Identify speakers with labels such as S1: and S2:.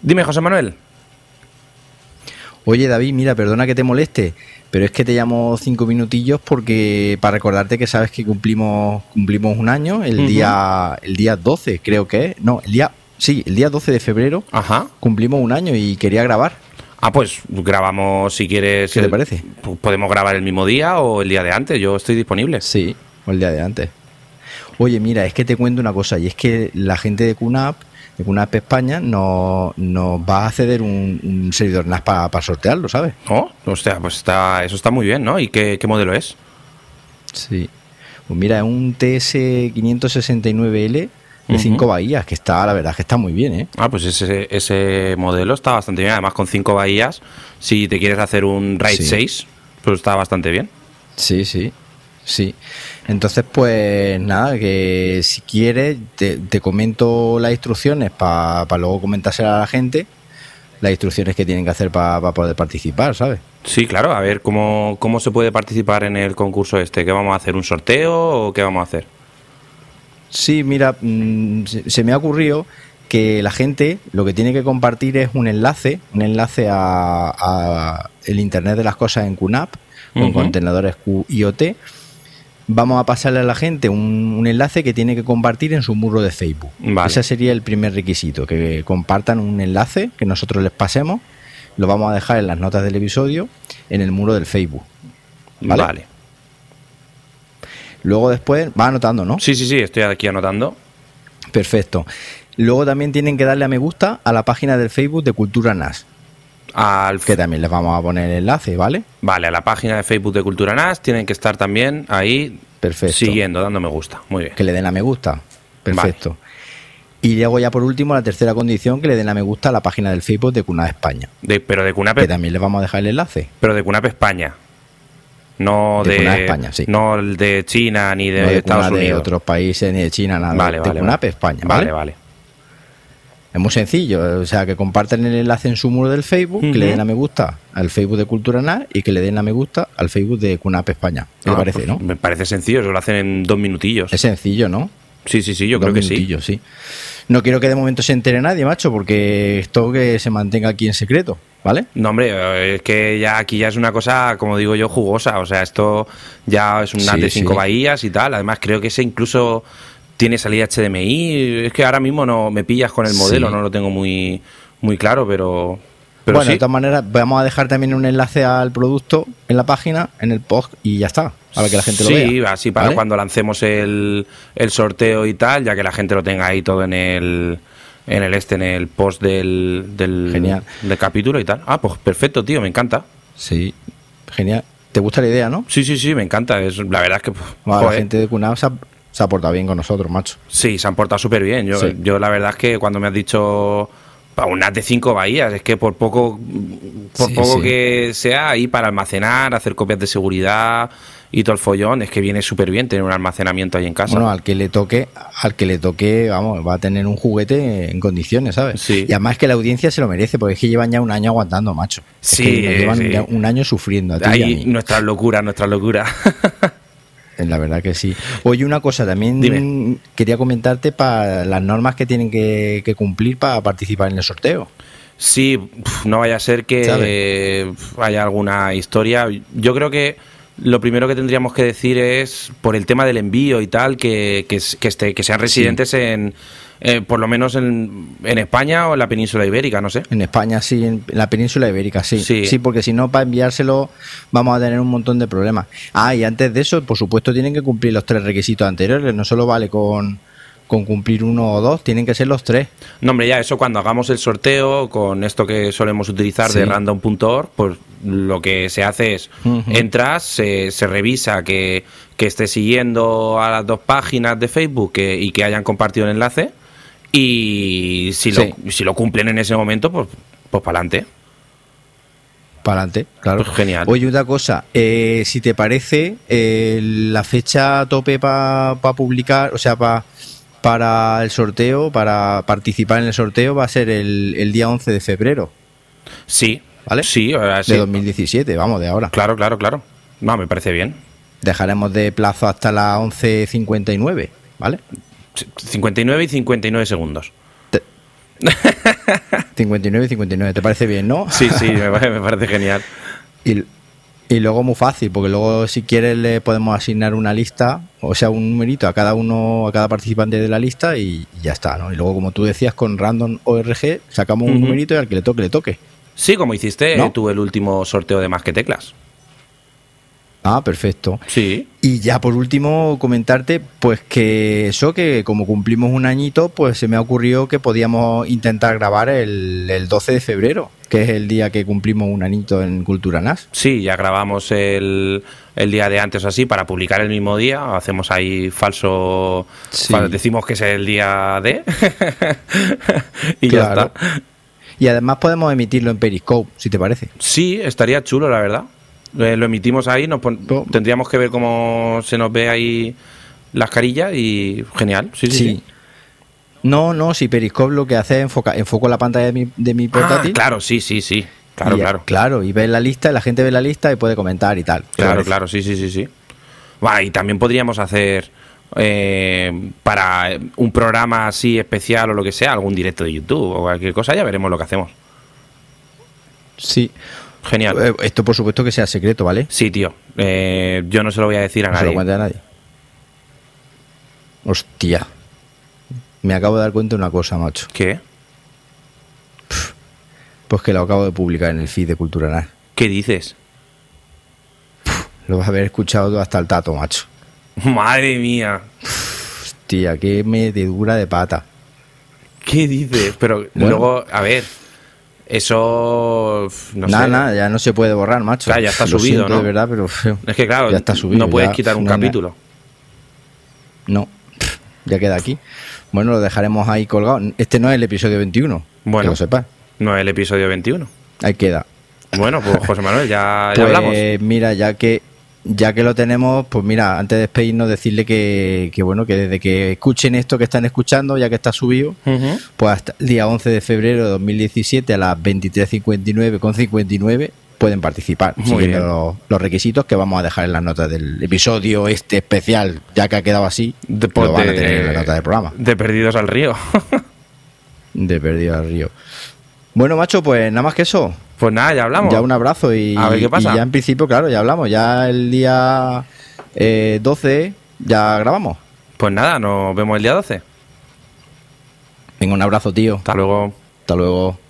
S1: Dime, José Manuel.
S2: Oye, David, mira, perdona que te moleste, pero es que te llamo cinco minutillos porque para recordarte que sabes que cumplimos cumplimos un año el
S1: Ujú.
S2: día el día 12, creo que es. No, el día sí, el día 12 de febrero
S1: Ajá.
S2: cumplimos un año y quería grabar.
S1: Ah, pues grabamos si quieres.
S2: ¿Qué te
S1: el-
S2: parece?
S1: p- Podemos grabar el mismo día o el día de antes. Yo estoy disponible.
S2: Sí, o el día de antes. Oye, mira, es que te cuento una cosa, y es que la gente de QNAP, de QNAP España, nos, nos va a ceder un, un servidor NAS para sortearlo, ¿sabes?
S1: Oh, o sea, pues está, eso está muy bien, ¿no? ¿Y qué, qué modelo es?
S2: Sí. Pues mira, es un TS569L de
S1: Ujú.
S2: 5 bahías, que está, la verdad, es que está muy bien, ¿eh?
S1: Ah, pues ese, ese modelo está bastante bien. Además, con cinco bahías, si te quieres hacer un RAID
S2: Sí.
S1: 6, pues está bastante bien.
S2: Sí, sí. Sí. Entonces, pues nada, que si quieres, te, te comento las instrucciones para luego comentárselas a la gente, las instrucciones que tienen que hacer para poder participar, ¿sabes?
S1: Sí, claro. A ver, ¿cómo, ¿cómo se puede participar en el concurso este? ¿Qué vamos a hacer? ¿Un sorteo o qué vamos a hacer?
S2: Sí, mira, mm, se se me ha ocurrido que la gente lo que tiene que compartir es un enlace, un enlace a, a el Internet de las Cosas en QNAP, con
S1: Ujú.
S2: contenedores QIOT. Vamos a pasarle a la gente un, un enlace que tiene que compartir en su muro de Facebook.
S1: Vale.
S2: Ese sería el primer requisito, que compartan un enlace que nosotros les pasemos. Lo vamos a dejar en las notas del episodio, en el muro del Facebook. Vale. Luego después, va anotando, ¿no?
S1: Sí, sí, sí, estoy aquí anotando.
S2: Perfecto. Luego también tienen que darle a me gusta a la página del Facebook de Cultura NAS,
S1: Al f-
S2: que también les vamos a poner el enlace, ¿vale?
S1: Vale, a la página de Facebook de Cultura NAS tienen que estar también ahí
S2: Perfecto.
S1: siguiendo, dando me gusta. Muy bien.
S2: Que le den a me gusta. Perfecto. Y luego ya por último, la tercera condición, que le den a me gusta a la página del Facebook de Cuna España,
S1: De- pero de Cunap,
S2: que también les vamos a dejar el enlace.
S1: pero de Cunap España. No
S2: De
S1: de,
S2: Cunap España, sí.
S1: No el de China ni de,
S2: no de
S1: Estados
S2: Cuna de
S1: Unidos.
S2: otros países, ni de China, nada.
S1: vale,
S2: de
S1: vale,
S2: Cunap
S1: vale.
S2: España, ¿vale?
S1: Vale, vale.
S2: Es muy sencillo, o sea, que comparten el enlace en su muro del Facebook,
S1: Ujú.
S2: que le den a me gusta al Facebook de Cultura NAS y que le den a me gusta al Facebook de Cunap España. ¿Qué te
S1: Ah,
S2: parece,
S1: pues
S2: no?
S1: Me parece sencillo, eso lo hacen en dos minutillos.
S2: Es sencillo, ¿no?
S1: Sí, sí, sí, yo
S2: Dos
S1: creo que sí.
S2: minutillos, sí. No quiero que de momento se entere nadie, macho, porque esto que se mantenga aquí en secreto, ¿vale?
S1: No, hombre, eh, es que ya aquí ya es una cosa, como digo yo, jugosa. O sea, esto ya es un NAS
S2: Sí,
S1: de cinco
S2: sí.
S1: bahías y tal. Además, creo que ese incluso tiene salida HDMI. Es que ahora mismo no me pillas con el
S2: Sí.
S1: modelo, no lo tengo muy, muy claro, pero. pero
S2: bueno, de
S1: sí.
S2: todas maneras, vamos a dejar también un enlace al producto en la página, en el post, y ya está, para que la gente
S1: sí,
S2: lo vea.
S1: así para
S2: ¿vale?
S1: cuando lancemos el, el sorteo y tal, ya que la gente lo tenga ahí todo en el en el este, en el post del, del,
S2: Genial.
S1: del capítulo y tal. Ah, pues perfecto, tío, me encanta.
S2: Sí, genial. ¿Te gusta la idea, no?
S1: Sí, sí, sí, me encanta. Es, la verdad es que... puf,
S2: Bueno, la
S1: joder.
S2: gente de Cunab se ha, se ha portado bien con nosotros, macho.
S1: Sí, se han portado súper bien. Yo,
S2: Sí.
S1: yo la verdad es que cuando me has dicho pa, un NAS de cinco bahías, es que por poco, por
S2: Sí,
S1: poco
S2: sí.
S1: que sea ahí para almacenar, hacer copias de seguridad y todo el follón, es que viene súper bien tener un almacenamiento ahí en casa.
S2: Bueno, al que le toque, al que le toque, vamos, va a tener un juguete en condiciones, ¿sabes?
S1: Sí.
S2: Y además que la audiencia se lo merece, porque es que llevan ya un año aguantando, macho. Es
S1: Sí, eh,
S2: que nos llevan
S1: sí.
S2: ya un año sufriendo a ti y a
S1: ahí
S2: mí. Eh,
S1: nuestras locuras, nuestras locuras.
S2: La verdad que sí. Oye, una cosa también
S1: Dime.
S2: quería comentarte para las normas que tienen que, que cumplir para participar en el sorteo.
S1: Sí, pf, no vaya a ser que
S2: ¿Sabe?
S1: eh, pf, haya alguna historia. Yo creo que lo primero que tendríamos que decir es, por el tema del envío y tal, que, que, es- que esté- que sean residentes en, eh, por lo menos en, en España o en la península ibérica, no sé.
S2: En España sí, en la península ibérica sí.
S1: Sí.
S2: Sí, porque si no, para enviárselo vamos a tener un montón de problemas. Ah, y antes de eso, por supuesto, tienen que cumplir los tres requisitos anteriores. No solo vale con, con cumplir uno o dos, tienen que ser los tres.
S1: No, hombre, ya eso cuando hagamos el sorteo con esto que solemos utilizar de
S2: Sí.
S1: random.org, pues lo que se hace es
S2: Ujú.
S1: entras, se, se revisa que, que esté siguiendo a las dos páginas de Facebook que- y que hayan compartido el enlace y si lo,
S2: Sí.
S1: si lo cumplen en ese momento, pues, pues para adelante.
S2: Para adelante, claro.
S1: Pues genial.
S2: Oye, una cosa, eh, si te parece, eh, la fecha tope para publicar, o sea, pa- para el sorteo, para participar en el sorteo, va a ser el, el día 11 de febrero
S1: Sí,
S2: ¿Vale?
S1: Sí, ahora Ah, sí.
S2: de 2017, vamos, de ahora.
S1: Claro, claro, claro. No, me parece bien.
S2: Dejaremos de plazo hasta las 11.59, ¿vale?
S1: 59 y 59 segundos.
S2: Te- 59 y 59, ¿te parece bien, no?
S1: Sí, sí, me, parece, me parece genial.
S2: Y, y, luego muy fácil, porque luego si quieres le podemos asignar una lista, o sea, un numerito a cada uno, a cada participante de la lista y, y ya está, ¿no? Y luego, como tú decías, con Random ORG sacamos un uh -huh. numerito y al que le toque, le toque.
S1: Sí, como hiciste ¿No? tú el último sorteo de Más que Teclas.
S2: Ah, perfecto.
S1: Sí.
S2: Y ya por último comentarte, pues que eso, que como cumplimos un añito, pues se me ocurrió que podíamos intentar grabar el, el 12 de febrero, que es el día que cumplimos un añito en Cultura NAS.
S1: Sí, ya grabamos el, el día de antes así para publicar el mismo día, hacemos ahí falso, sí. fal, decimos que es el día de y claro. ya está.
S2: Y además podemos emitirlo en Periscope, si te parece.
S1: Sí, estaría chulo, la verdad. Eh, lo emitimos ahí, nos pon tendríamos que ver cómo se nos ve ahí las carillas y genial, sí, sí. sí. sí.
S2: No, no, si Periscope lo que hace es enfocar, enfoco la pantalla de mi, de mi portátil.
S1: Ah, claro, sí, sí, sí. Claro,
S2: y,
S1: claro.
S2: Claro, y ves la lista, la gente ve la lista y puede comentar y tal. Pues,
S1: Claro, claro, sí, sí, sí, sí. Bah, y también podríamos hacer eh, para un programa así especial o lo que sea, algún directo de YouTube o cualquier cosa, ya veremos lo que hacemos.
S2: Sí. Eh,
S1: Genial.
S2: Esto por supuesto que sea secreto, ¿vale?
S1: Sí, tío. Eh, yo no se lo voy a decir a
S2: no
S1: nadie.
S2: se lo cuente a nadie. Hostia. Me acabo de dar cuenta de una cosa, macho.
S1: ¿Qué?
S2: Pues que lo acabo de publicar en el feed de Cultura NAR.
S1: ¿Qué dices?
S2: Lo vas a haber escuchado hasta el tato, macho.
S1: Madre mía.
S2: Hostia, qué metedura de pata.
S1: ¿Qué dices? Pero bueno. luego, a ver. Eso.
S2: No nada, sé. nada, ya no se puede borrar, macho.
S1: Claro, ya está Lo subido, siento, ¿no?
S2: De verdad, pero.
S1: Es que, claro, ya está subido, no puedes ya, quitar un no capítulo.
S2: No, ya queda aquí. Bueno, lo dejaremos ahí colgado. Este no es el episodio 21. Bueno, que lo sepas.
S1: No es el episodio 21.
S2: Ahí queda.
S1: Bueno, pues José Manuel, ya, ya pues, hablamos.
S2: Mira, ya que ya que lo tenemos, pues mira, antes de despedirnos, decirle que, que, bueno, que desde que escuchen esto que están escuchando, ya que está subido, uh -huh. pues hasta el día 11 de febrero de 2017 a las 23.59 con 59 pueden participar, Muy siguiendo bien. Los, los, requisitos que vamos a dejar en las notas del episodio este especial, ya que ha quedado así,
S1: de,
S2: lo van a tener en la nota del programa.
S1: De Perdidos al Río.
S2: de Perdidos al Río. Bueno, macho, pues nada más que eso.
S1: Pues nada, ya hablamos.
S2: Ya un abrazo y,
S1: a ver qué pasa.
S2: y ya en principio, claro, ya hablamos. Ya el día eh, 12 ya grabamos.
S1: Pues nada, nos vemos el día 12.
S2: Venga, un abrazo, tío.
S1: Hasta luego.
S2: Hasta luego.